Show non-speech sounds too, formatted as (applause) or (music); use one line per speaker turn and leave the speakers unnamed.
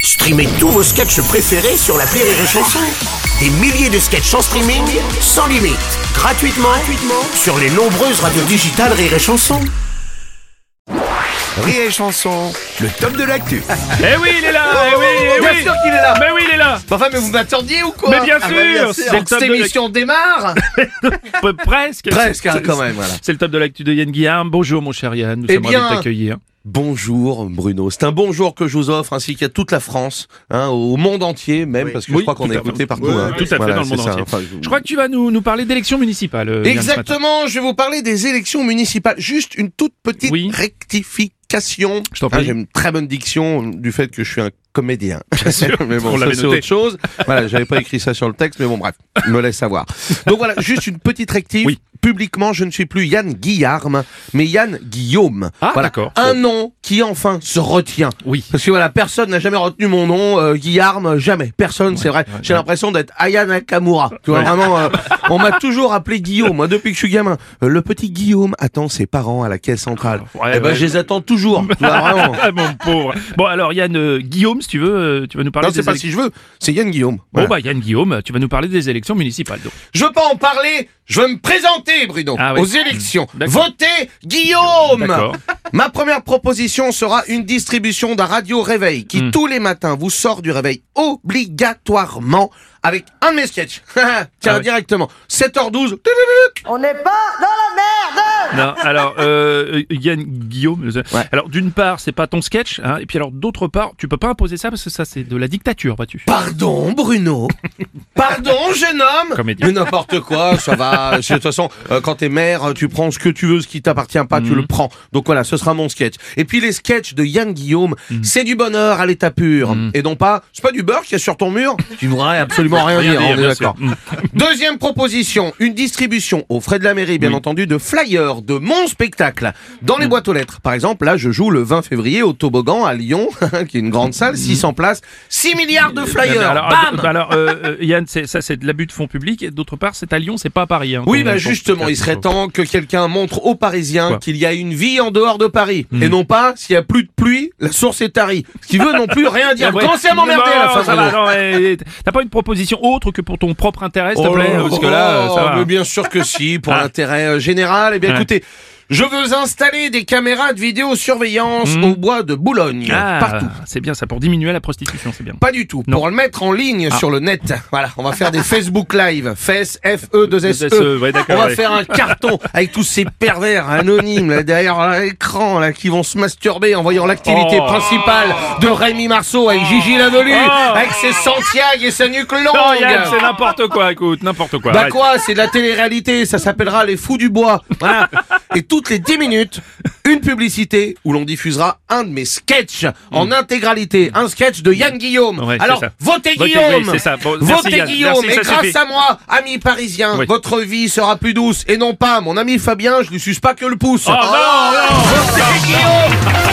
Streamez tous vos sketchs préférés sur la Rire et Chanson. Des milliers de sketchs en streaming, sans limite, gratuitement, gratuitement sur les nombreuses radios digitales Rire et Chanson. Rire et Chanson, le top de l'actu.
Eh oui, il est là Eh oui, eh
Bien
oui
sûr qu'il est là
Mais oui, il est là
Mais Enfin, mais vous m'attendiez ou quoi Ah, bah,
Mais bien sûr, c'est le
Donc
top
cette
de
émission démarre
Peu- Presque
Presque, hein,
C'est-
quand même, voilà.
C'est le top de l'actu de Yann Guillaume. Bonjour mon cher Yann, nous
Eh
sommes ravis de
bien-
t'accueillir.
Bonjour Bruno, c'est un bonjour que je vous offre ainsi qu'à toute la France, hein, au monde entier même, parce que
Oui,
je crois qu'on
tout
est
à fait.
écouté partout.
Oui,
hein.
oui, tout à fait
Voilà,
dans le monde
c'est ça,
entier.
enfin, je-
Je crois que tu vas nous, nous parler d'élections municipales. euh, Yann, ce matin.
Exactement, je vais vous parler des élections municipales. Juste une toute petite
Oui.
rectification. Ah,
Je t'en prie.
J'ai une très bonne diction du fait que je suis un comédien. (laughs) mais
on
bon, ça
l'avait
c'est
noté.
autre chose. Voilà, j'avais pas écrit ça sur le texte, mais bon, bref, me laisse savoir. Donc voilà, juste une petite rectif.
Oui.
Publiquement, je ne suis plus Yann Guillarme, mais Yann Guillaume.
Ah,
voilà,
d'accord.
un nom qui enfin se retient.
Oui. (laughs)
Parce que voilà, personne n'a jamais retenu mon nom, euh, Guillarme, jamais. Personne, c'est vrai. J'ai l'impression d'être Aya Nakamura. Tu vois,
Ouais.
vraiment, euh, on m'a toujours appelé Guillaume, moi, depuis que je suis gamin. Euh, le petit Guillaume attend ses parents à la caisse centrale.
Ouais,
eh ben,
ouais.
je les attends toujours. tu vois,
(laughs)
vraiment.
Ah mon pauvre Bon alors Yann euh, Guillaume, si tu veux, euh, tu vas nous parler
Non, c'est
des
pas
élec-
si je veux, c'est Yann Guillaume.
Bon
Voilà.
bah Yann Guillaume, tu vas nous parler des élections municipales. donc.
Je veux pas en parler, je veux me présenter, Bruno,
Ah oui.
aux élections.
D'accord.
Votez Guillaume
D'accord.
Ma première proposition sera une distribution d'un radio réveil qui
Hmm.
tous les matins vous sort du réveil obligatoirement avec un de mes sketchs. (laughs) Tiens,
Ah ouais.
directement. 7h12.
On n'est pas dans la merde
Non, alors euh, Yann Guillaume. euh, Alors d'une part, c'est pas ton sketch, hein, et puis alors d'autre part, tu peux pas imposer ça parce que ça c'est de la dictature, vois-tu.
Pardon,
(laughs)
Bruno. Pardon, jeune homme.
Comédien.
Mais n'importe quoi, ça va. De toute façon, euh, quand t'es maire, tu prends ce que tu veux, ce qui t'appartient pas, tu le prends. Donc voilà, ce sera mon sketch. Et puis les sketchs de Yann Guillaume, c'est du bonheur à l'état pur. Et non pas, c'est pas du beurre qu'il y a sur ton mur. Mhm. Tu ne voudrais absolument rien,
Rien
dire,
dire,
on est
bien
d'accord.
sûr.
(laughs) Deuxième proposition, une distribution aux frais de la mairie, bien entendu, de flyers de mon spectacle dans les boîtes aux lettres. Par exemple, là, je joue le 20 février au Toboggan à Lyon, (laughs) qui est une grande salle, 600 places, 6 milliards de flyers.
Alors,
Bam
euh, alors, euh, euh, Yann, c'est- ça c'est de l'abus de fonds publics. et D'autre part, c'est à Lyon, c'est pas à Paris. hein,
Oui,
ton-
bah
ton
justement, il
spectacle.
serait temps que quelqu'un montre aux Parisiens
Quoi Hmm.
qu'il y a une vie en dehors de Paris. Et non pas, s'il y a plus de pluie, la source est tarie. Ce qui veut non plus rien
Ah (laughs)
dire.
ouais.
Commencez à m'emmerder
Non,
à la fin
ça
Bruno.
va, non, eh, eh, T'as pas une proposition autre que pour ton propre intérêt, s'il te
Oh
plaît
là là,
Parce que là, euh,
oh,
ça va.
mais bien sûr que si, pour
Ah.
l'intérêt euh, général. Eh bien,
Ouais.
écoutez, je veux installer des caméras de vidéosurveillance
Mm.
au bois de Boulogne,
Ah,
partout.
c'est bien ça pour diminuer la prostitution, c'est bien.
Pas du tout.
Non. Ah.
Pour le mettre en ligne sur le net. Voilà, on va faire
(laughs)
des Facebook Live. E FES, FE, 2 SE.
SE, euh, ouais, d'accord,
on va
ouais.
faire un carton avec tous ces pervers anonymes là, derrière l'écran là, qui vont se masturber en voyant l'activité
Oh.
principale de Rémi Marceau avec Gigi Lavelu,
Oh.
avec ses Santiago et sa nuque longue.
Non, Yann, c'est n'importe quoi, écoute, n'importe quoi.
Bah
arrête.
quoi, c'est de la télé-réalité, ça s'appellera Les Fous du Bois.
(laughs)
Voilà. Et toutes les 10 minutes, une publicité où l'on diffusera un de mes sketchs en intégralité. Un sketch de Yann Guillaume.
Mm. Ouais, c'est
Alors,
ça.
votez
Votez,
Guillaume
oui, c'est ça. Bon, merci,
Votez
Yann.
Guillaume
Merci,
Et
ça
grâce
suffit.
à moi, amis parisiens,
Oui.
votre vie sera plus douce. Et non pas, mon ami Fabien, je lui suce pas que le pouce.
Oh non, non
Votez Guillaume